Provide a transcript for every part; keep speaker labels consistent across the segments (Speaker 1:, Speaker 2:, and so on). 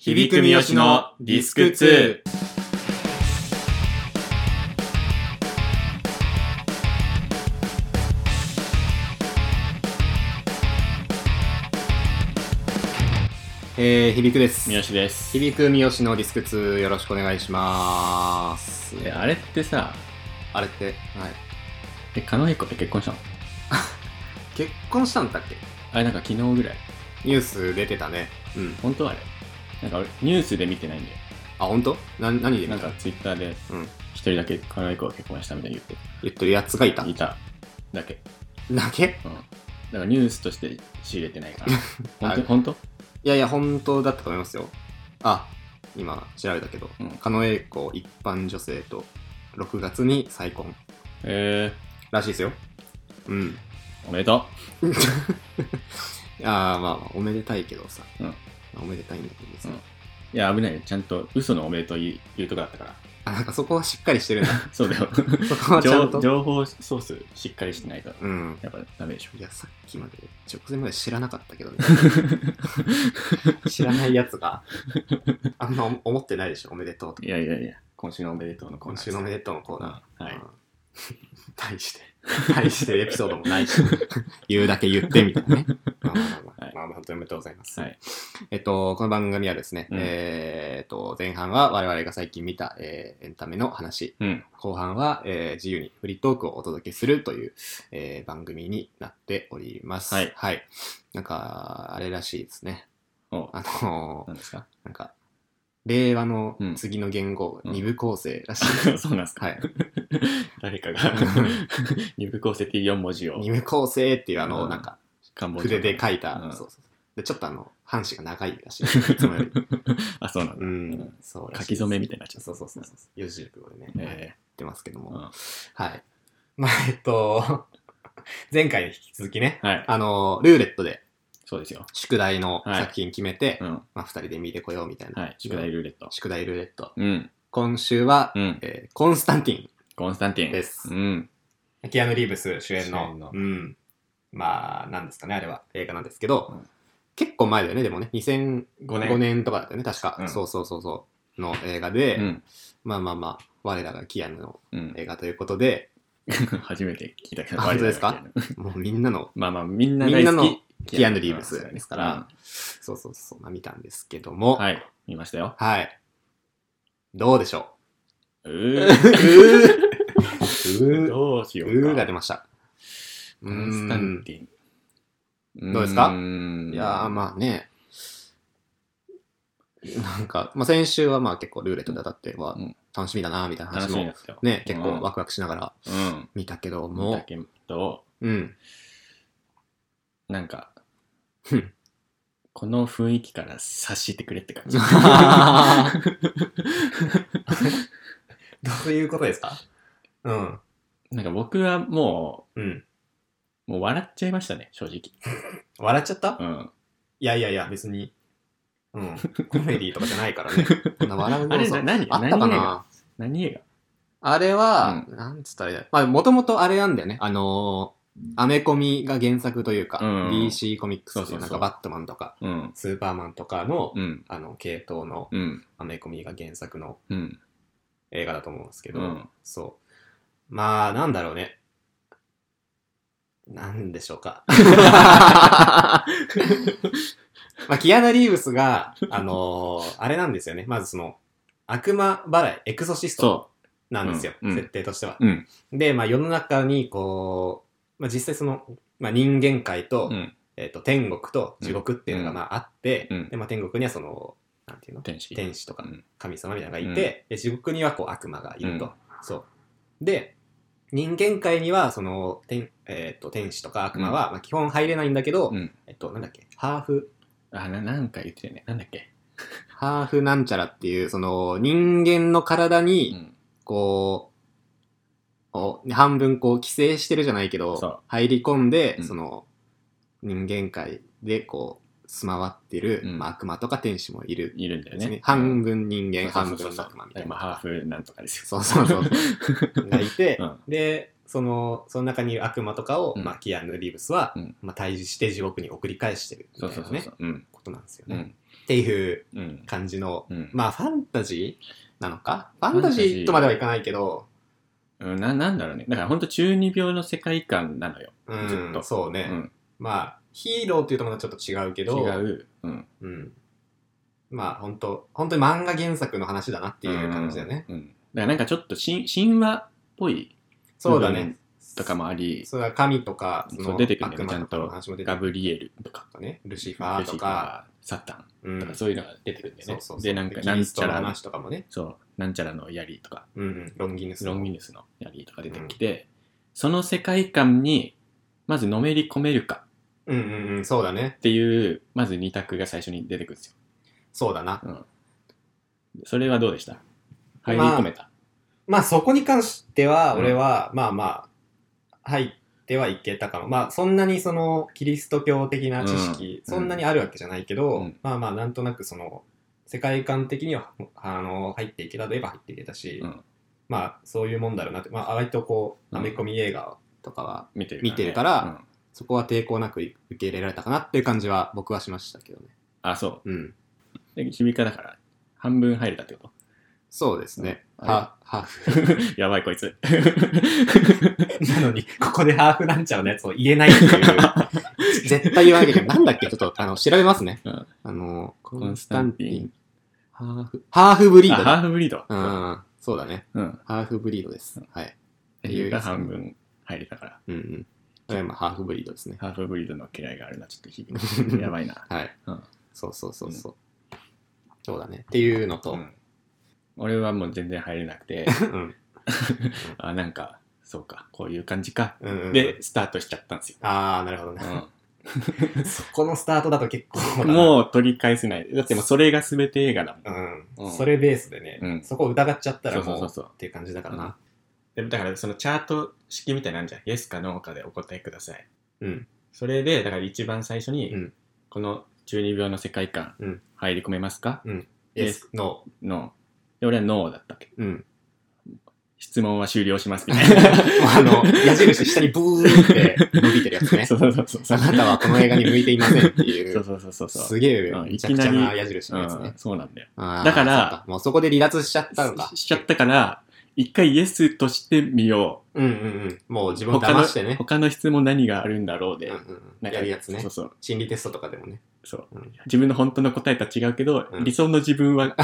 Speaker 1: 響く三好のディスク2。えー、響くです
Speaker 2: 三。好です
Speaker 1: 響く三好のディスク2よろしくお願いします。
Speaker 2: えあれってさ
Speaker 1: あれって、はい。
Speaker 2: え狩野英孝って結婚したの
Speaker 1: 結婚したんだっけ
Speaker 2: あれなんか昨日ぐらい
Speaker 1: ニュース出てたね。うん。
Speaker 2: 本当あれなんか俺ニュースで見てないんだよ
Speaker 1: あ、ほんとな、何で
Speaker 2: な
Speaker 1: 見
Speaker 2: ん
Speaker 1: た
Speaker 2: かツイッターで
Speaker 1: うん
Speaker 2: 一人だけ狩野英孝が結婚したみたいに言
Speaker 1: 言ってるやつがいた
Speaker 2: って。いただけ
Speaker 1: だけ
Speaker 2: うんだからニュースとして仕入れ てないから
Speaker 1: あれ
Speaker 2: 本当本
Speaker 1: いやいや、本当だったと思いますよ。あ、今、調べたけど
Speaker 2: うん、
Speaker 1: 狩野英孝一般女性と6月に再婚
Speaker 2: 当え
Speaker 1: らしいですよ。うん。
Speaker 2: ー、おめでと
Speaker 1: いやーまあまあ、おめでたいけどさ。
Speaker 2: うん
Speaker 1: まあおめでたいんだけどさ。
Speaker 2: うんういや危ないよちゃんと嘘のおめでとう言う言うとこだったから
Speaker 1: あ、なんかそこはしっかりしてるんだ。
Speaker 2: そうだよ
Speaker 1: そこはちゃん
Speaker 2: 情
Speaker 1: と。
Speaker 2: 情報ソースしっかりしてないと
Speaker 1: うん。
Speaker 2: やっぱダメでしょ
Speaker 1: いや、さっきまで、直前まで知らなかったけ どね。知らないやつが、あんま思思ってないでしょ、おめでとうとか。
Speaker 2: いやいやいや今週のおめでとうのコー
Speaker 1: 今
Speaker 2: ナー
Speaker 1: 週のおめでとうのコーナー。
Speaker 2: うんはい
Speaker 1: うん。大 して、大してエピソードもないし、言うだけ言ってみたいなね。まあまあまあ、
Speaker 2: はい
Speaker 1: まあまあ本当におめでとうございます。
Speaker 2: はい
Speaker 1: えっと、この番組はですね、
Speaker 2: うん
Speaker 1: えーっと、前半は我々が最近見た、えーエンタメの話、
Speaker 2: うん
Speaker 1: 後半は、えー自由にフリートークをお届けするという、えー番組になっております。
Speaker 2: はい
Speaker 1: なんか、あれらしいですね。
Speaker 2: お
Speaker 1: あのー
Speaker 2: なんですか
Speaker 1: なんか、令和の
Speaker 2: うん
Speaker 1: 次の言語、
Speaker 2: うん
Speaker 1: 二部構成らしい。
Speaker 2: そうなんですか、
Speaker 1: はい。
Speaker 2: 誰かが 二部構成っていう4文字を
Speaker 1: 二部構成っていうあ
Speaker 2: う
Speaker 1: の、
Speaker 2: ん
Speaker 1: なんか、
Speaker 2: 官房長
Speaker 1: 筆
Speaker 2: 官
Speaker 1: で書いた、
Speaker 2: うん
Speaker 1: そうそうそうで、ちょっとあの、半紙が長いらしい。いつもより。
Speaker 2: あそうなんだ、
Speaker 1: うん、そうら
Speaker 2: 書
Speaker 1: しいで
Speaker 2: き
Speaker 1: す
Speaker 2: 初めみたいになっちゃった
Speaker 1: そうそうそうそう。四十秒でね、はいや
Speaker 2: え
Speaker 1: ってますけど
Speaker 2: え
Speaker 1: も。
Speaker 2: うん
Speaker 1: はい。 まあ、えっと、前回に引き続きね、
Speaker 2: はい
Speaker 1: あの、ルーレットで
Speaker 2: そうですよ、
Speaker 1: 宿題の
Speaker 2: はい
Speaker 1: 作品決めて、
Speaker 2: うん
Speaker 1: まあ、二人で見てこようみたいな。
Speaker 2: はい、宿題ルーレット
Speaker 1: 宿題ルーレット。
Speaker 2: うん
Speaker 1: 今週は、
Speaker 2: うん
Speaker 1: えーコンスタンティン。
Speaker 2: コンスタンティン
Speaker 1: です
Speaker 2: うん
Speaker 1: キアヌ・リーブス主演の
Speaker 2: 主演の
Speaker 1: うん、まあなんですかねあれは映画なんですけど、
Speaker 2: うん
Speaker 1: 結構前だよねでもね2005
Speaker 2: 5年
Speaker 1: 年とかだったよね確か、
Speaker 2: うん
Speaker 1: そうそうそうそうの映画で、
Speaker 2: うん
Speaker 1: まあまあまあ我らがキアヌの
Speaker 2: うん、
Speaker 1: 映画ということで、
Speaker 2: 初めて聞いたけど
Speaker 1: あ本当ですか
Speaker 2: 割とだけど
Speaker 1: もうみんなの
Speaker 2: まあまあみんな
Speaker 1: みん
Speaker 2: 大
Speaker 1: な
Speaker 2: 好
Speaker 1: の
Speaker 2: き
Speaker 1: キアヌ・リーブスですから、
Speaker 2: うん
Speaker 1: そうそうそう、まあ、見たんですけども
Speaker 2: はい見ましたよ
Speaker 1: はい、どうでしょ
Speaker 2: う
Speaker 1: ううー
Speaker 2: ー
Speaker 1: うー
Speaker 2: どうしよ
Speaker 1: う
Speaker 2: う
Speaker 1: ー
Speaker 2: か
Speaker 1: が出ました
Speaker 2: コンスタンティン
Speaker 1: どうですか
Speaker 2: ん
Speaker 1: いやーまあね、なんか、まあ、先週はまあ結構ルーレットで当たっては
Speaker 2: うん
Speaker 1: 楽しみだなみたいな
Speaker 2: 楽
Speaker 1: 話
Speaker 2: しみだ
Speaker 1: も
Speaker 2: ったよ
Speaker 1: ね、結構ワ
Speaker 2: わ
Speaker 1: クワクしながら
Speaker 2: うん
Speaker 1: 見たけど
Speaker 2: もだ
Speaker 1: も、
Speaker 2: けど
Speaker 1: うん、
Speaker 2: なんか
Speaker 1: ふん
Speaker 2: この雰囲気から察してくれって感 じ
Speaker 1: どういうことですかうん、
Speaker 2: なんか僕はも
Speaker 1: うん、
Speaker 2: うもう笑っちゃいましたね正直
Speaker 1: 笑っちゃった
Speaker 2: うん
Speaker 1: いやいやいや、別に、うん、コメディとかじゃない からね、こんな笑う
Speaker 2: あ
Speaker 1: 要
Speaker 2: れ
Speaker 1: 素
Speaker 2: な何
Speaker 1: あったか
Speaker 2: 何映
Speaker 1: な
Speaker 2: 画何映
Speaker 1: あれは、
Speaker 2: う
Speaker 1: なんつったらいいんだろうまあ、もともとあれなんだよね。あのーアメコミが原作というか、
Speaker 2: うん
Speaker 1: DC コミックスってい
Speaker 2: そう
Speaker 1: な
Speaker 2: うそ
Speaker 1: ん
Speaker 2: う
Speaker 1: か
Speaker 2: そう
Speaker 1: バットマンとか、
Speaker 2: 画うん
Speaker 1: スーパーマンとかの、
Speaker 2: うん
Speaker 1: あの、系統の
Speaker 2: うん
Speaker 1: アメコミが原作の
Speaker 2: うん
Speaker 1: 映画だと思うんですけど、
Speaker 2: うん
Speaker 1: そう。まあ、なんだろうね。なんでしょう か。まあ、キアナ・リーブスが、あのーあれなんですよね。まずその、悪魔払い、エクソシスト
Speaker 2: そ
Speaker 1: なんですよ。
Speaker 2: うんうん
Speaker 1: 設定としては。
Speaker 2: ううん
Speaker 1: で、まあ、世の中にこう、まあ、実際その、まあ、人間界と,、
Speaker 2: うん
Speaker 1: えっと天国と地獄っていうのが
Speaker 2: うん
Speaker 1: まああって、
Speaker 2: うん
Speaker 1: でまあ、天国にはそのなんていうの
Speaker 2: 天使
Speaker 1: 天使とか
Speaker 2: うん
Speaker 1: 神様みたいなのがいて、で地獄にはこう悪魔がいると。
Speaker 2: うん
Speaker 1: そうで人間界にはその天,、えっと天使とか悪魔は、まあ、基本入れないんだけど、
Speaker 2: うん
Speaker 1: えっと、なんだっけハーフ
Speaker 2: あななんか言ってるねなんだっけ
Speaker 1: ハーフなんちゃらっていうその人間の体に、
Speaker 2: うん
Speaker 1: こう、お半分こう寄生してるじゃないけ
Speaker 2: そ
Speaker 1: ど
Speaker 2: う、
Speaker 1: 入り込んで、
Speaker 2: うん
Speaker 1: その人間界でこう、住まわってる、
Speaker 2: うん
Speaker 1: まあ、悪魔とか天使もいる、
Speaker 2: いるんだよ
Speaker 1: ですね
Speaker 2: ね
Speaker 1: 半分人
Speaker 2: う
Speaker 1: 間、
Speaker 2: んそ
Speaker 1: 半分
Speaker 2: うそうそうそう
Speaker 1: 悪魔みたい
Speaker 2: まあ
Speaker 1: な。
Speaker 2: ハーフなんとかです
Speaker 1: そ
Speaker 2: よ
Speaker 1: うそうそうそう。がいて、
Speaker 2: うん
Speaker 1: で、その、その中にいる悪魔とかを、
Speaker 2: うん
Speaker 1: まあ、キアヌ・リーブスは、
Speaker 2: うん
Speaker 1: まあ、退治して地獄に送り返してるみた
Speaker 2: そう
Speaker 1: い
Speaker 2: そう
Speaker 1: な
Speaker 2: そう
Speaker 1: ね
Speaker 2: そ、ううん
Speaker 1: こことなんですよ
Speaker 2: う
Speaker 1: ね。っ
Speaker 2: ん。
Speaker 1: ていう
Speaker 2: うん。
Speaker 1: 感じの、
Speaker 2: うん。
Speaker 1: まあファンタジーなのかファンタジーとまではいかないけど、
Speaker 2: うん、な、なんだろうね。だから本当中二病の世界観なのよ。
Speaker 1: う
Speaker 2: ずっ
Speaker 1: ん
Speaker 2: と、
Speaker 1: そうね、
Speaker 2: うん。
Speaker 1: まあヒーローっていうとまたちょっと違うけ
Speaker 2: 違
Speaker 1: ど、
Speaker 2: う。うん。っ
Speaker 1: うん、まあ本当本当に漫画原作の話だなっていう感じだよね。。
Speaker 2: うん。だからなんかちょっとし神話っぽい
Speaker 1: そうだ
Speaker 2: 部
Speaker 1: ね
Speaker 2: 分。とかもあり、
Speaker 1: それは神とか、そ
Speaker 2: そ
Speaker 1: の
Speaker 2: う出てくるんだよ
Speaker 1: 悪魔
Speaker 2: ちゃ
Speaker 1: と
Speaker 2: ん
Speaker 1: か
Speaker 2: と
Speaker 1: の話も出て
Speaker 2: ガ
Speaker 1: くる
Speaker 2: ブリエルとか、
Speaker 1: とかね。ルシファーとか、
Speaker 2: ルシファー、サタン
Speaker 1: うん
Speaker 2: とかそういうのが出てくるんだよ
Speaker 1: そ
Speaker 2: ね。
Speaker 1: うそうそう
Speaker 2: で、なんか
Speaker 1: キ
Speaker 2: なん
Speaker 1: リス
Speaker 2: ち
Speaker 1: ト
Speaker 2: ゃ
Speaker 1: の
Speaker 2: ら、
Speaker 1: 話とかもね。
Speaker 2: そう、なんちゃらの槍とか、
Speaker 1: うんうん、ロンギヌス。
Speaker 2: ロンギヌスの槍とか出てきて、その世界観に、まずのめり込めるか
Speaker 1: うんうんうん、そうだね
Speaker 2: っ。ていう、まず二択が最初に出てくるんですよ。
Speaker 1: そうだな。
Speaker 2: それはどうでした入り
Speaker 1: まあ
Speaker 2: 込めた。
Speaker 1: まあそこに関しては、
Speaker 2: うん
Speaker 1: 俺は、まあまあ、入ってはいけたかも。まあそんなにその、キリスト教的な知識、
Speaker 2: うん
Speaker 1: そんなにあるわけじゃないけど、
Speaker 2: うん
Speaker 1: まあまあなんとなくその、世界観的には、あの、入っていけたといえば入っていけたし、
Speaker 2: うん
Speaker 1: まあそういうもんだろうなって、まあ割とこう、
Speaker 2: うん
Speaker 1: アメコミ映画とかは
Speaker 2: 見てる
Speaker 1: 見てるからそこは抵抗なく受け入れられたかなっていう感じは僕はしましたけどね。
Speaker 2: うんあ、そ
Speaker 1: うん。
Speaker 2: う。で響かだから、半分入れたってこと
Speaker 1: そうですね。
Speaker 2: うん
Speaker 1: は、ハーフ。
Speaker 2: やばい、こい つ。
Speaker 1: なのに、ここでハーフなんちゃうのやつを言えないっていう。 絶対言わなきゃいけない。なんだっけちょっと、あの、調べますね。
Speaker 2: うん
Speaker 1: あの、コ
Speaker 2: ン
Speaker 1: ン
Speaker 2: ス
Speaker 1: ス
Speaker 2: タ
Speaker 1: タ
Speaker 2: ン
Speaker 1: ン
Speaker 2: テ
Speaker 1: テ
Speaker 2: ィ
Speaker 1: ィ
Speaker 2: ン
Speaker 1: ン。ハーフ。ハーフブリー
Speaker 2: あ、
Speaker 1: ド
Speaker 2: ハ
Speaker 1: だ。
Speaker 2: ーフブリード。
Speaker 1: うん。そうだね。
Speaker 2: うん。
Speaker 1: ハーフブリードです。はい。ていう
Speaker 2: が半分入れたから、
Speaker 1: うんうん。これはまあハーフブリードですね。
Speaker 2: ハーフブリードの嫌いがあるな、ち ょっと響く。やばいな。
Speaker 1: はい。
Speaker 2: うん
Speaker 1: そうそうそうそう。そうだね。っていうのと。
Speaker 2: う
Speaker 1: うん
Speaker 2: 俺はもう全然入れなく て、
Speaker 1: ん。
Speaker 2: あ、なんか、そうか、こういう感じか。
Speaker 1: うんうん
Speaker 2: で、、スタートしちゃったんですよ。
Speaker 1: ああ、なるほどね。
Speaker 2: う
Speaker 1: そこのスタートだと結構だ
Speaker 2: ん、
Speaker 1: な
Speaker 2: もう取り返せない。だってもうそれが全て映画だもん。
Speaker 1: う
Speaker 2: うん
Speaker 1: ん、それベースでね、
Speaker 2: うん
Speaker 1: そこを疑っちゃったら
Speaker 2: そう
Speaker 1: も
Speaker 2: そううそうそう
Speaker 1: っていう感じだからな。
Speaker 2: でもだからそのチャート式みたいなんじゃん。イエスかノーかでお答えください。
Speaker 1: うん。
Speaker 2: それで、だから一番最初に、
Speaker 1: うん
Speaker 2: この中二病の世界観、
Speaker 1: うん
Speaker 2: 入り込めますか、
Speaker 1: Yes, No.
Speaker 2: ノー。で、俺はノーだったわけ。
Speaker 1: うん。
Speaker 2: 質問は終了しますみ
Speaker 1: もう
Speaker 2: た いな。
Speaker 1: あの、矢印下にブーって伸びてるやつね
Speaker 2: そ。うそうそうそう。
Speaker 1: あなたはこの映画に向いていませんってい
Speaker 2: そう
Speaker 1: う。
Speaker 2: そうそうそうそう。
Speaker 1: すげえ
Speaker 2: うん、
Speaker 1: めちゃくちゃ
Speaker 2: いきな
Speaker 1: な
Speaker 2: り
Speaker 1: 矢印のやつね
Speaker 2: うん。そうなんだよ。
Speaker 1: あー
Speaker 2: だから
Speaker 1: そっもうそこで離脱しちゃったのか。
Speaker 2: ししちゃったから、一回イエスとしてみよ
Speaker 1: うんうんうん。もう自
Speaker 2: う。
Speaker 1: 分を
Speaker 2: 他の
Speaker 1: 騙してね。
Speaker 2: 他の質問何があるんだろうで。
Speaker 1: うんうん
Speaker 2: な
Speaker 1: うんん。
Speaker 2: か
Speaker 1: やるやつね
Speaker 2: そう。そう
Speaker 1: 心理テストとかでもね。
Speaker 2: そう。
Speaker 1: うん
Speaker 2: 自分の本当の答えとは違うけど、
Speaker 1: うん
Speaker 2: 理想の自分 は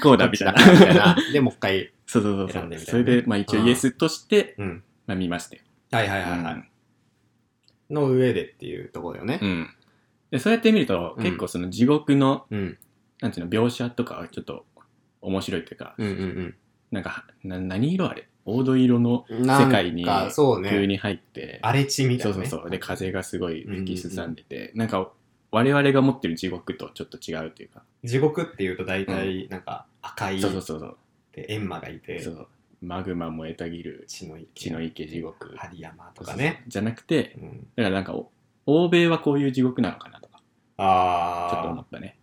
Speaker 2: こうだみたいな。
Speaker 1: みたいな。で、もう一回。
Speaker 2: そうそうそうそ
Speaker 1: 選
Speaker 2: う、
Speaker 1: んでみたい
Speaker 2: そ
Speaker 1: な
Speaker 2: れ
Speaker 1: ね
Speaker 2: で、まあ一応イエスとして、
Speaker 1: うん。
Speaker 2: まあ見ましたよ。
Speaker 1: はいはいはいはい。
Speaker 2: う
Speaker 1: の上でっていうところよね。
Speaker 2: ん。うんで、そうやって見ると、
Speaker 1: うん
Speaker 2: 結構その地獄の、
Speaker 1: うん。
Speaker 2: なんていうの、描写とかはちょっと面白いというか、
Speaker 1: うんうん
Speaker 2: なんか、な何色あれ黄土色の
Speaker 1: うん。なんか
Speaker 2: 世界に
Speaker 1: そうね。
Speaker 2: 急に入って、
Speaker 1: 荒れ地みた
Speaker 2: そ
Speaker 1: いうな、
Speaker 2: そ
Speaker 1: ね。
Speaker 2: うそう。で、風がすごい吹きすさんでて、なんか、我々が持ってる地獄とちょっと違うというか、
Speaker 1: 地獄っていうと大体、なんか赤い、
Speaker 2: そうそうそうそう。
Speaker 1: で、エンマがいて
Speaker 2: そ、うマグマ燃えたぎる
Speaker 1: 血の池、
Speaker 2: 血の池地獄
Speaker 1: 針山とかね。
Speaker 2: そうそうじゃなくて
Speaker 1: うん、
Speaker 2: だからなんかお欧米はこういう地獄なのかなとかちょっと思
Speaker 1: ああ、
Speaker 2: ったね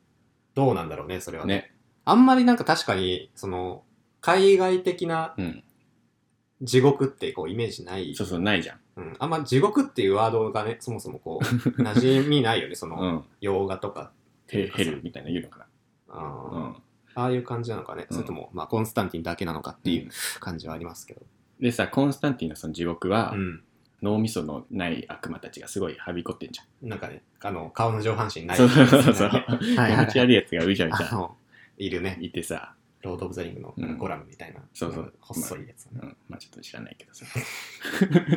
Speaker 1: どうなんだろうね、それはね。
Speaker 2: ね
Speaker 1: あんまりなんか確かに、その、海外的な
Speaker 2: うん
Speaker 1: 地獄ってこうイメージない。
Speaker 2: そうそうないじゃん
Speaker 1: うん、あんま地獄っていうワードがね、そもそも こう、馴染みないよね、その、
Speaker 2: うん
Speaker 1: 洋画とか。
Speaker 2: ヘヘルみたいなの言うのか
Speaker 1: あ
Speaker 2: な
Speaker 1: ー
Speaker 2: うん
Speaker 1: ああいう感じなのかね、
Speaker 2: うん
Speaker 1: それとも、まあ、コンスタンティンだけなのかっていう感じはありますけど。
Speaker 2: でさコンスタンティンのその地獄は、
Speaker 1: うん
Speaker 2: 脳みそのない悪魔たちがすごいはびこってんじゃ
Speaker 1: なんかね、あの、顔の上半身
Speaker 2: ん
Speaker 1: ない。
Speaker 2: そうそうそうそう、
Speaker 1: はいはいは
Speaker 2: 気
Speaker 1: い
Speaker 2: 持ち悪いやつがうじゃうじ
Speaker 1: あ
Speaker 2: ゃ
Speaker 1: の、いるね。
Speaker 2: いてさ、
Speaker 1: ロード・オブ・ザ・リングの
Speaker 2: うん
Speaker 1: なんかコラムみたいな、
Speaker 2: そうそう
Speaker 1: 細いやつ、ね
Speaker 2: うん、まあちょっと知らないけどさ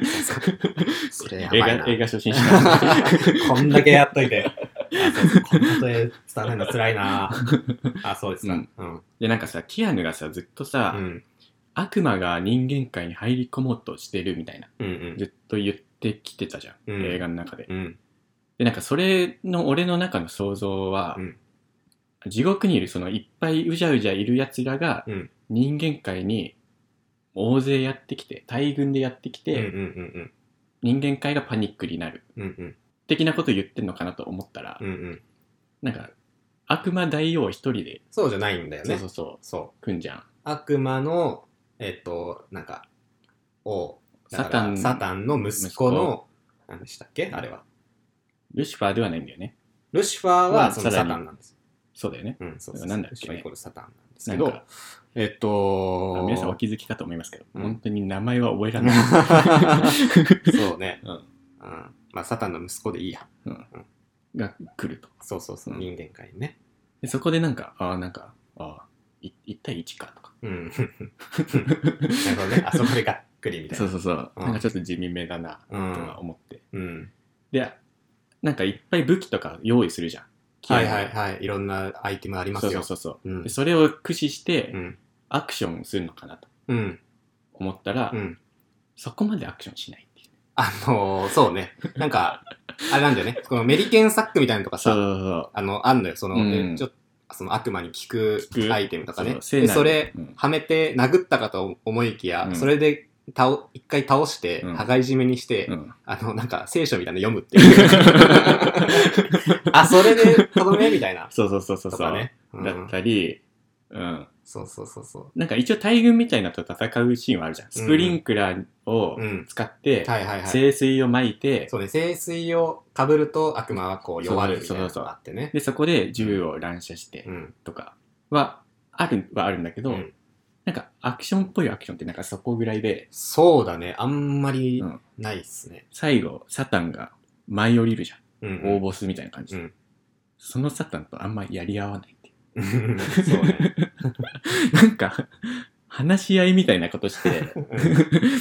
Speaker 1: それ
Speaker 2: 映
Speaker 1: や
Speaker 2: 画
Speaker 1: ばいな。
Speaker 2: 映画初心者 なんで
Speaker 1: こんだけやっといて。あそうそうこんな例え伝わないの辛いな。あ、そうですか。
Speaker 2: う
Speaker 1: うんん。うん。
Speaker 2: でなんかさキアヌがさずっとさ、
Speaker 1: うん。
Speaker 2: 悪魔が人間界に入り込もうとしてるみたいな
Speaker 1: うん。
Speaker 2: ずっと言ってきてたじゃん、
Speaker 1: うん
Speaker 2: 映画の中で。
Speaker 1: うん。
Speaker 2: で、なんかそれの俺の中の想像は、
Speaker 1: うん
Speaker 2: 地獄にいるそのいっぱいうじゃうじゃいる奴らが
Speaker 1: うん
Speaker 2: 人間界に大勢やってきて、大群でやってき
Speaker 1: うん。うん。うん。
Speaker 2: て、人間界がパニックになる。
Speaker 1: うん。うん。
Speaker 2: 的なこと言ってんのかなと思ったら、
Speaker 1: うん。うん。
Speaker 2: なんか悪魔大王一人で、
Speaker 1: そうじゃないんだよ
Speaker 2: そう
Speaker 1: ね。
Speaker 2: そうそう、
Speaker 1: そ
Speaker 2: 組んじゃん。
Speaker 1: う。悪魔の、えっと、なんか、王。だか
Speaker 2: サ
Speaker 1: ら
Speaker 2: タン、
Speaker 1: サタンの息子の、何でしたっけあれは。
Speaker 2: ルシファーではないんだよね。
Speaker 1: ルシファー
Speaker 2: まあ
Speaker 1: はそのサ
Speaker 2: さらに
Speaker 1: タンなんです。
Speaker 2: そうだよね。
Speaker 1: うん、そうそうそう
Speaker 2: なんだっけね
Speaker 1: ルシファーイコールサタンなんです
Speaker 2: な
Speaker 1: け
Speaker 2: ん
Speaker 1: ど
Speaker 2: か、、
Speaker 1: えっ
Speaker 2: あ
Speaker 1: と、
Speaker 2: 皆さんお気づきかと思いますけど、
Speaker 1: うん
Speaker 2: 本当に名前は覚えられない。
Speaker 1: そうね。
Speaker 2: うん
Speaker 1: うん。まあ、サタンの息子でいいや。
Speaker 2: が来ると。
Speaker 1: そうそうそうう、
Speaker 2: ん
Speaker 1: 人間界にね。
Speaker 2: でそこでなんか、ああ、なんか、ああ、1対1かとか。
Speaker 1: うん。 なるほどね。あそこでがっくりみたい
Speaker 2: そ
Speaker 1: な。
Speaker 2: うそうそう。
Speaker 1: うん
Speaker 2: なんかちょっと地味めだな、
Speaker 1: う
Speaker 2: と
Speaker 1: ん
Speaker 2: か思って。
Speaker 1: うん。
Speaker 2: で、なんかいっぱい武器とか用意するじゃん。
Speaker 1: はいはいはい。いろんなアイテムあります
Speaker 2: そう
Speaker 1: よ。
Speaker 2: そうそうそう。
Speaker 1: うん
Speaker 2: でそれを駆使して、
Speaker 1: うん。
Speaker 2: アクションするのかなと
Speaker 1: うん。
Speaker 2: 思ったら、
Speaker 1: うん。
Speaker 2: そこまでアクションしないっていう。
Speaker 1: あのー、そうね。なんか、あれなんだよね。このメリケンサックみたいなのとか
Speaker 2: そうそ
Speaker 1: さ、
Speaker 2: うそう。
Speaker 1: あの、あんのよ。その、で
Speaker 2: うん
Speaker 1: ちょっと、その悪魔に効く
Speaker 2: 効く
Speaker 1: アイテムとかね。
Speaker 2: そう聖
Speaker 1: で、
Speaker 2: なる
Speaker 1: それ
Speaker 2: うん、
Speaker 1: はめて殴ったかと思いきや、
Speaker 2: うん
Speaker 1: それで、倒一回倒して、
Speaker 2: うん
Speaker 1: 羽交い締めにして、
Speaker 2: うん
Speaker 1: あの、なんか、聖書みたいなの読むっていう。 あ、それで、とどめみたいな。
Speaker 2: そうそうそうそう
Speaker 1: と
Speaker 2: そう。
Speaker 1: かね。うん
Speaker 2: だったり、うん。
Speaker 1: そうそうそうそ
Speaker 2: なんか一応大軍みたいなのと戦うシーンはあるじゃん。スプリンクラーを
Speaker 1: うん
Speaker 2: 使って
Speaker 1: う。、はいはいはい。
Speaker 2: 清水をまいて、
Speaker 1: そうね、聖水を被ると悪魔はこう弱るみたいなのがあってね。
Speaker 2: で、そこで銃を乱射して
Speaker 1: うん。
Speaker 2: とかは、あるはあるんだけど、
Speaker 1: うん
Speaker 2: なんかアクションっぽいアクションってなんかそこぐらいで、
Speaker 1: そうだね、あんまり
Speaker 2: うん
Speaker 1: ないっすね。
Speaker 2: 最後、サタンが舞い降りるじゃん。
Speaker 1: うん
Speaker 2: 大ボスみたいな感じで、
Speaker 1: うん
Speaker 2: そのサタンとあんまやり合わないってい
Speaker 1: うんそうね。
Speaker 2: う なんか、話し合いみたいなことして、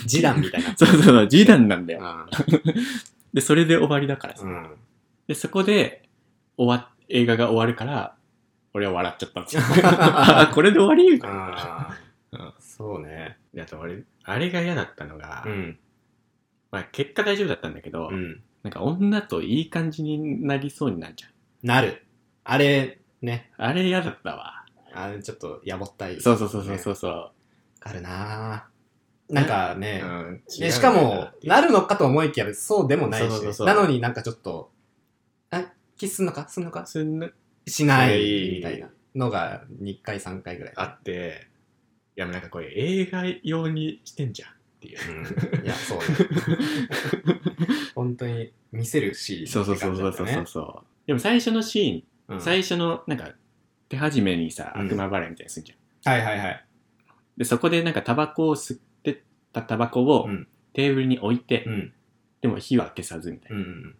Speaker 1: 示談みたいな。
Speaker 2: そうそうそう、示談なんだよ。
Speaker 1: う
Speaker 2: で、それで終わりだからさ。
Speaker 1: ん。うん
Speaker 2: で、そこで、終わ、映画が終わるから、俺は笑っちゃったん ですよ。あこれで終わりみたいな
Speaker 1: あ
Speaker 2: うん
Speaker 1: ーそうね。
Speaker 2: であと俺、あれが嫌だったのが、
Speaker 1: うん。
Speaker 2: まあ結果大丈夫だったんだけど、
Speaker 1: うん。
Speaker 2: なんか女といい感じになりそうになるじゃん。
Speaker 1: なる。あれ、ね。
Speaker 2: あれ嫌だったわ。
Speaker 1: あれ、ちょっと、やぼったい。
Speaker 2: そうそうそうそうそうそう。
Speaker 1: あるなぁ。なんかね、
Speaker 2: うん
Speaker 1: でしかも、なるのかと思いきや、そうでもないし、
Speaker 2: そうそうそう
Speaker 1: なのになんかちょっと、あ、キスすんのかすんのか
Speaker 2: すんな
Speaker 1: しな
Speaker 2: は
Speaker 1: い、
Speaker 2: い
Speaker 1: みたいなのが2回、3回ぐらい。
Speaker 2: あって、いや、なんかこれ映画用にしてんじゃんっていう。
Speaker 1: うんい や、そうね。本当に見せるシーン
Speaker 2: そうそう
Speaker 1: って
Speaker 2: そう
Speaker 1: 感じ
Speaker 2: そ
Speaker 1: だ
Speaker 2: う
Speaker 1: った
Speaker 2: そう
Speaker 1: ね
Speaker 2: そうそう。でも最初のシ
Speaker 1: う
Speaker 2: ーン、
Speaker 1: ん
Speaker 2: 最初のなんか手始めにさ、
Speaker 1: うん
Speaker 2: 悪魔払いみたいにするじゃん。
Speaker 1: はいはいはい。
Speaker 2: で、そこでなんかタバコを吸ってたタバコを
Speaker 1: うん
Speaker 2: テーブルに置いて、
Speaker 1: うん。
Speaker 2: でも火は消さずみたいな。
Speaker 1: うん。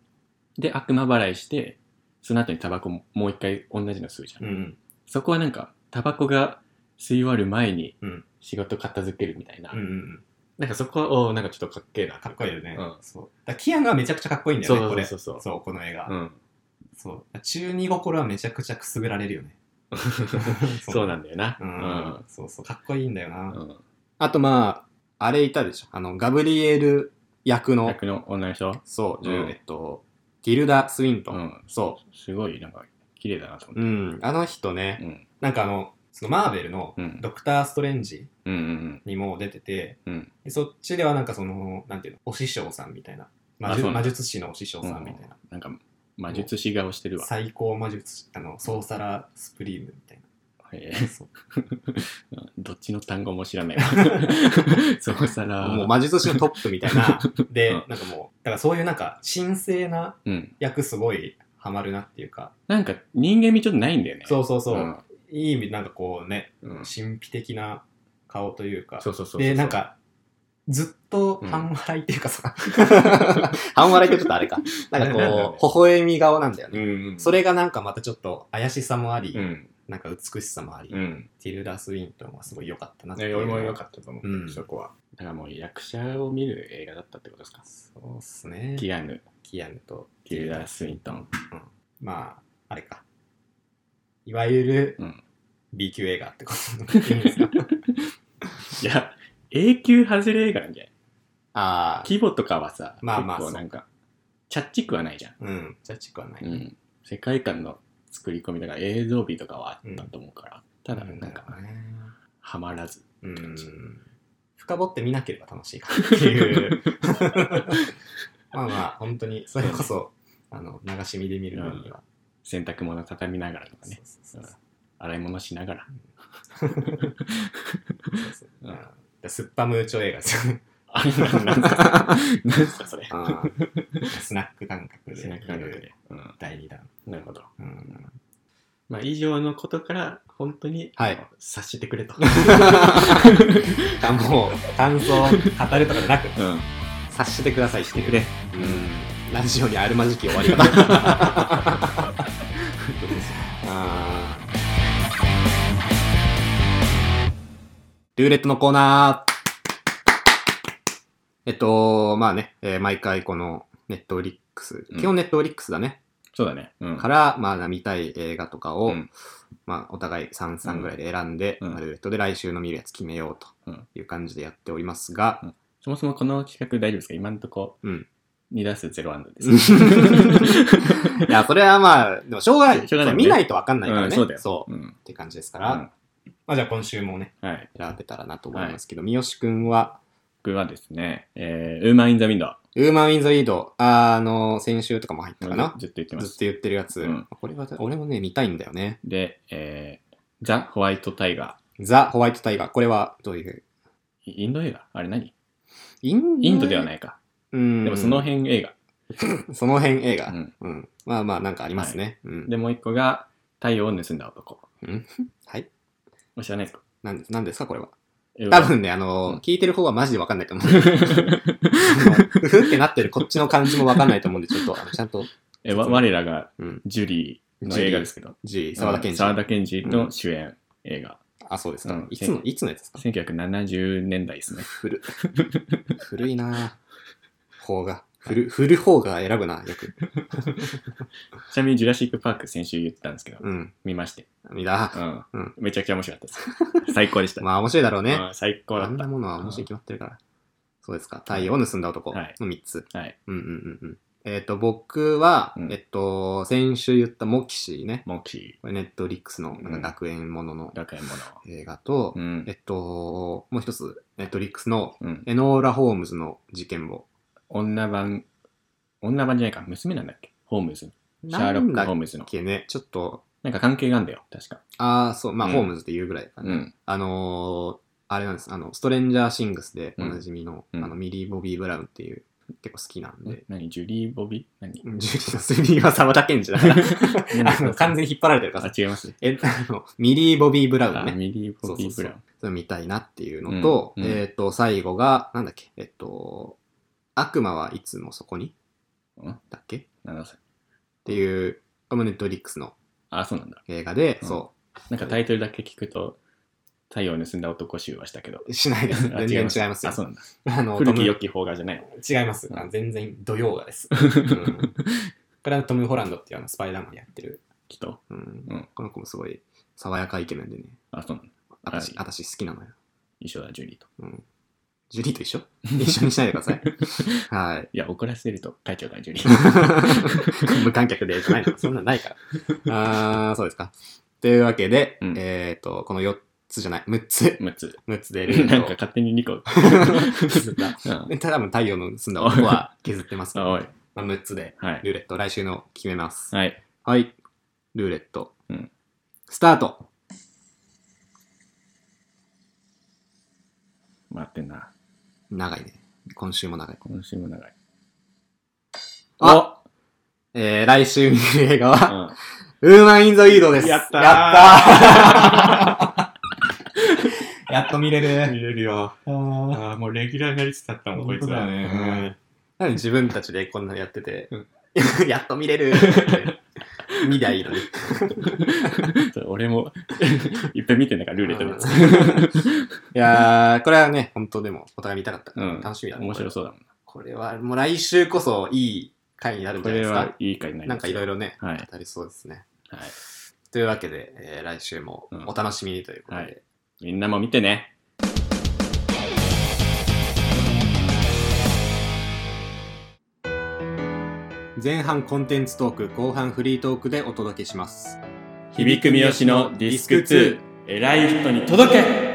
Speaker 2: で、悪魔払いして、その後にタバコももう一回同じの吸うじゃん。
Speaker 1: うん。
Speaker 2: そこはなんかタバコが吸い終わる前に
Speaker 1: うん
Speaker 2: 仕事片付けるみたいな。
Speaker 1: うん。
Speaker 2: なんかそこは、おーなんかちょっとかっけえな。
Speaker 1: かっこいいよね。
Speaker 2: うん
Speaker 1: そう。だからキアンがめちゃくちゃかっこいいんだよね、
Speaker 2: そう
Speaker 1: これ。
Speaker 2: そうそうそう
Speaker 1: そう、この映画。
Speaker 2: うん。
Speaker 1: そう。中二心はめちゃくちゃくすぐられるよ ね。
Speaker 2: そうなんだよな。
Speaker 1: うん。そうそう。かっこいいんだよな。
Speaker 2: うん。うん。
Speaker 1: あとまあ、あれいたでしょ。あの、ガブリエル役の、
Speaker 2: 役の女の人
Speaker 1: そう、
Speaker 2: うん
Speaker 1: えっと、ティルダ・スウィント
Speaker 2: う
Speaker 1: ン。
Speaker 2: ん。
Speaker 1: そ
Speaker 2: すごい、なんか、綺麗だなと
Speaker 1: う。
Speaker 2: 思
Speaker 1: うん。
Speaker 2: っ
Speaker 1: あの人ね、
Speaker 2: て。うん。
Speaker 1: なんかあの、そのマーベルの
Speaker 2: う、ん。
Speaker 1: ドクター・ストレンジ
Speaker 2: うん。うん。
Speaker 1: にも出てて、
Speaker 2: うん。
Speaker 1: でそっちではなんかその、なんていうの、お師匠さんみたいな。魔
Speaker 2: あそう
Speaker 1: 術
Speaker 2: なんだ
Speaker 1: 魔術師のお師匠さんみたいな。
Speaker 2: なんか、魔術師顔してるわ。
Speaker 1: 最高魔術師、あの、ソーサラー・スプリームみたい
Speaker 2: え
Speaker 1: な。そう
Speaker 2: ーうんどっちの単語も知ら ないわ。そうさら、
Speaker 1: もう魔術師のトップみたい な。で、
Speaker 2: うん
Speaker 1: なんかもう、だからそういうなんか、神聖な
Speaker 2: うん。
Speaker 1: 役すごいハマるなっていうか、
Speaker 2: なんか、人間味ちょっとないんだよね。
Speaker 1: そうそうそう。
Speaker 2: ん。
Speaker 1: いい意味、なんかこうね、
Speaker 2: うん
Speaker 1: 神秘的な顔というか。
Speaker 2: そうそうそうそう。
Speaker 1: で、なん、か、ずっと
Speaker 2: うん
Speaker 1: 半笑いっていうかさ、 半笑いってちょっとあれか。 なんかこう、微笑み顔なんだよ
Speaker 2: う
Speaker 1: ね。
Speaker 2: んうん。
Speaker 1: そ、れがなんかまたちょっと怪しさもあり、
Speaker 2: うん。
Speaker 1: なんか美しさもあり、
Speaker 2: うん。
Speaker 1: ティルダ・スウィントンはすごい良かったなってい
Speaker 2: ね
Speaker 1: う。
Speaker 2: 俺も良かったと思
Speaker 1: う
Speaker 2: う、
Speaker 1: ん
Speaker 2: そこは。だからもう役者を見る映画だったってことですか。
Speaker 1: そうっすね。
Speaker 2: キアヌ、
Speaker 1: キアヌと
Speaker 2: ティルダ・スウィントン。
Speaker 1: まあ、あれか。いわゆる
Speaker 2: うん
Speaker 1: B 級映画ってことでいいんです か
Speaker 2: いや、永久外れ映画なんじゃない
Speaker 1: ああ、
Speaker 2: 規模とかはさ、
Speaker 1: まあまあ
Speaker 2: 結構なんか、ちゃっちくはないじゃん。
Speaker 1: うん、ジャッジくはない。
Speaker 2: うん。世界観の作り込みだから映像美とかはあったと思うから、ただなんか、
Speaker 1: ね。
Speaker 2: はまらず。
Speaker 1: う
Speaker 2: 感
Speaker 1: ん
Speaker 2: じ。
Speaker 1: 深掘って見なければ楽しいかなっていう。 まあまあ、本当に、それこそ、あの、流し見で見る分には。
Speaker 2: 洗濯物畳みながらとかね、
Speaker 1: そうそうそう
Speaker 2: 洗い物しながら。
Speaker 1: そうそう
Speaker 2: うん
Speaker 1: うんスッパムーチョ映画ですよね。
Speaker 2: あれなん なんすかなんすかそれ。
Speaker 1: あ ースナック感覚で。
Speaker 2: 背中感覚で。うん。
Speaker 1: 第2弾。
Speaker 2: なるほど。
Speaker 1: うん、
Speaker 2: まあ、以上のことから、本当に、
Speaker 1: はい。
Speaker 2: 察 してくれと。
Speaker 1: あもう、感想を語るとかじゃなく、
Speaker 2: うん。
Speaker 1: 察してくださいって
Speaker 2: して
Speaker 1: い
Speaker 2: く
Speaker 1: う。
Speaker 2: れ。
Speaker 1: うん、ラジオにあるまじき終 わり方。あールーレットのコーナーえっと、まあね、えー毎回このネットフリックス、
Speaker 2: うん
Speaker 1: 基本ネットフリックスだね、
Speaker 2: そうだね。うん。
Speaker 1: から、まあ見たい映画とかを、
Speaker 2: うん
Speaker 1: まあお互い3、3ぐらいで選んで、
Speaker 2: うん
Speaker 1: まあルーレットで来週の見るやつ決めようという感じでやっておりますが、
Speaker 2: そもそもこの企画大丈夫ですか今んとこ、
Speaker 1: うん
Speaker 2: 2打数0安打です。
Speaker 1: いや、それはまあ、でもしょうがない。
Speaker 2: しょうがないよね
Speaker 1: 見ないとわかんないから
Speaker 2: うん
Speaker 1: ね。
Speaker 2: そうだよ
Speaker 1: そう。
Speaker 2: うん。
Speaker 1: って感じですから。まあじゃあ今週もね、
Speaker 2: うんはい。
Speaker 1: 選べたらなと思いますけど、三好くんは、
Speaker 2: 僕はですね、えー、ウーマン・イン・ザ・ウィンド
Speaker 1: ウーマン・イン・ザ・リード、あの、先週とかも入った
Speaker 2: ウ
Speaker 1: かな。
Speaker 2: ずっと言ってま
Speaker 1: ずっと
Speaker 2: す。
Speaker 1: 言ってるやつ。
Speaker 2: うん
Speaker 1: これは、俺もね、見たいんだよね。
Speaker 2: で、えー、ザ・ホワイト・タイガ
Speaker 1: ザ・ホワイト・タイガー。これは、どういう。
Speaker 2: ー。イインド映画あれ何
Speaker 1: イン。
Speaker 2: インドではいないか。
Speaker 1: うん。
Speaker 2: でもその、辺映画。
Speaker 1: その辺映画。
Speaker 2: う
Speaker 1: うん。
Speaker 2: ん。
Speaker 1: まあまあ、なんかありますね。うん。
Speaker 2: で、もう一個が、太陽を盗んだ男。
Speaker 1: はい。
Speaker 2: もう知らないですか
Speaker 1: なんです、なんですか、これは。
Speaker 2: 映
Speaker 1: 多
Speaker 2: 画
Speaker 1: 分ね、あの、
Speaker 2: うん
Speaker 1: 聞いてる方はマジでわかんない と思う。ふふってなってるこっちの感じもわかんないと思うんで、ちょっ と、あのちゃんと、
Speaker 2: えわ我らが
Speaker 1: うん、
Speaker 2: ジュリーの映画ですけど。
Speaker 1: G、沢田健二。
Speaker 2: 沢田研二の主演映画。
Speaker 1: あ、そうですか。
Speaker 2: うん
Speaker 1: いつの、いつのやつですか
Speaker 2: 1970年代ですね。
Speaker 1: 古。古いなぁ。方が。古、古方が選ぶな、よく。
Speaker 2: ちなみにジュラシック・パーク先週言ったんですけど、
Speaker 1: うん。
Speaker 2: 見まして。
Speaker 1: みだ。
Speaker 2: うん。
Speaker 1: うん
Speaker 2: めちゃくちゃ面白かったです。最高でした。
Speaker 1: まあ、面白いだろうね。
Speaker 2: うん最高だ
Speaker 1: あ
Speaker 2: っ
Speaker 1: んな
Speaker 2: た。
Speaker 1: ものは面白いに決まってるから。そうですか。太陽を盗んだ男の
Speaker 2: はい
Speaker 1: 3つ。
Speaker 2: はい。
Speaker 1: うんうんうんうん。えっ、と、僕は、
Speaker 2: うん
Speaker 1: えっと、先週言ったモキシーね。
Speaker 2: モッキ
Speaker 1: これネットリックスのなんか学園ものの
Speaker 2: ー、学園もの。
Speaker 1: 映画と、
Speaker 2: うん
Speaker 1: え。っと、もう一つ、ネットリックスの
Speaker 2: うん、
Speaker 1: エノーラ・ホームズの事件簿。
Speaker 2: 女版、女版じゃないか、娘なんだっけホームズの。シャーロック・ホー
Speaker 1: ム
Speaker 2: ムズの
Speaker 1: っ。けね、ちょっと、
Speaker 2: なんか関係があんだよ、確か。
Speaker 1: ああ、そう、まあ、
Speaker 2: うん
Speaker 1: ホームズって言うぐらいかな。
Speaker 2: うん。
Speaker 1: あのーあれなんです、あの、ストレンジャー・シングスでおなじみの、
Speaker 2: うん
Speaker 1: あの、ミリー・ボビー・ブラウンっていう、結構好きなん
Speaker 2: え
Speaker 1: で、
Speaker 2: 何ジュリー・ボビー何
Speaker 1: うんジュリーのスリーは沢田健二だ から、あの 完全に引っ張られてるから
Speaker 2: あ
Speaker 1: さ、、
Speaker 2: 違います。
Speaker 1: え、あの、ミリー・ボビー・ブラウ
Speaker 2: あ
Speaker 1: ンね。
Speaker 2: ミリー・ボビー・ブラウン。
Speaker 1: それ見たいなっていうのと、
Speaker 2: うんうん
Speaker 1: えっ、と、最後が、なんだっけ、えっと、悪魔はいつもそこに
Speaker 2: うん
Speaker 1: だっけっ
Speaker 2: 7歳。
Speaker 1: ていう、これもネットフリックスの
Speaker 2: あ、そうなんだ。
Speaker 1: 映画で、
Speaker 2: うん
Speaker 1: そ
Speaker 2: なんかタイトルだけ聞くと、太陽を盗んだ男集はしたけど。
Speaker 1: う、しないです。
Speaker 2: あ
Speaker 1: 全然違いますよ。
Speaker 2: あ、そうなんだ。
Speaker 1: あの
Speaker 2: 古
Speaker 1: トム
Speaker 2: き良き邦画じゃない。
Speaker 1: 違います。
Speaker 2: うん
Speaker 1: あ全然土曜が です。うんこれはトム・ホランドっていうあのスパイダーマンやってる、
Speaker 2: きっと。
Speaker 1: うん
Speaker 2: うん
Speaker 1: この子もすごい爽やかイケメンでね。
Speaker 2: あ、そうなんだ。
Speaker 1: 私、
Speaker 2: はい
Speaker 1: 私好きなのよ。
Speaker 2: 一緒だ、ジュリーと。
Speaker 1: うんジュリーと一緒一緒にしないでくだ さい。はい。
Speaker 2: いや、怒らせると書いちゃうから、ジュリー。
Speaker 1: 無観客でじゃないの。そんなんないから。あー、そうですか。というわけで、
Speaker 2: うん
Speaker 1: えっ、と、この4つじゃない、6つ、
Speaker 2: 6つ。
Speaker 1: 6つでル
Speaker 2: なんか
Speaker 1: ール
Speaker 2: 勝手に2個。
Speaker 1: を削った。
Speaker 2: うん
Speaker 1: 多分太陽の住んだ男は削ってますけ
Speaker 2: あ、
Speaker 1: ど、
Speaker 2: おい。
Speaker 1: まあ、6つで
Speaker 2: はい。
Speaker 1: ルーレット、来週の決めます。
Speaker 2: はい。
Speaker 1: はい。ルーレット。
Speaker 2: うん
Speaker 1: スタート。
Speaker 2: 待ってんな。
Speaker 1: 長いね。今週も長い。
Speaker 2: 今週も長い。
Speaker 1: あえー、来週見る映画
Speaker 2: お
Speaker 1: は、
Speaker 2: う
Speaker 1: ウーマン・イン・ザ・ウィードです。
Speaker 2: やったー
Speaker 1: やった ーやっと見れ
Speaker 2: ん
Speaker 1: る。
Speaker 2: 見れるよ。
Speaker 1: なん
Speaker 2: ああ、もうレギュラーになりつつあったもん、こいつは。
Speaker 1: 本当だよねで自分たちでこんなのやってて
Speaker 2: うん、
Speaker 1: やっと見れ る。見りゃいいのに。
Speaker 2: うんそう俺も、 いっぺん見てんだから、ルーレットのやつ。
Speaker 1: いやー、これはね、本当でも、お互い見たかったから。
Speaker 2: うん
Speaker 1: 楽しみだね。
Speaker 2: 面白
Speaker 1: う。
Speaker 2: そうだもん。
Speaker 1: これは、もう来週こそいい回になるん
Speaker 2: こ
Speaker 1: じゃない
Speaker 2: れ
Speaker 1: ですか
Speaker 2: は。いい回になり
Speaker 1: なん
Speaker 2: ま
Speaker 1: か
Speaker 2: す
Speaker 1: い
Speaker 2: よ。
Speaker 1: ろいろね、
Speaker 2: はい。
Speaker 1: 語りそうですね。
Speaker 2: はい。
Speaker 1: というわけで、えー来週も
Speaker 2: うん
Speaker 1: お楽しみにということで、
Speaker 2: はいみんなも見てね。
Speaker 1: 前半コンテンツトーク後半フリートークでお届けします
Speaker 2: 響く三好のディスク2、偉い人に届け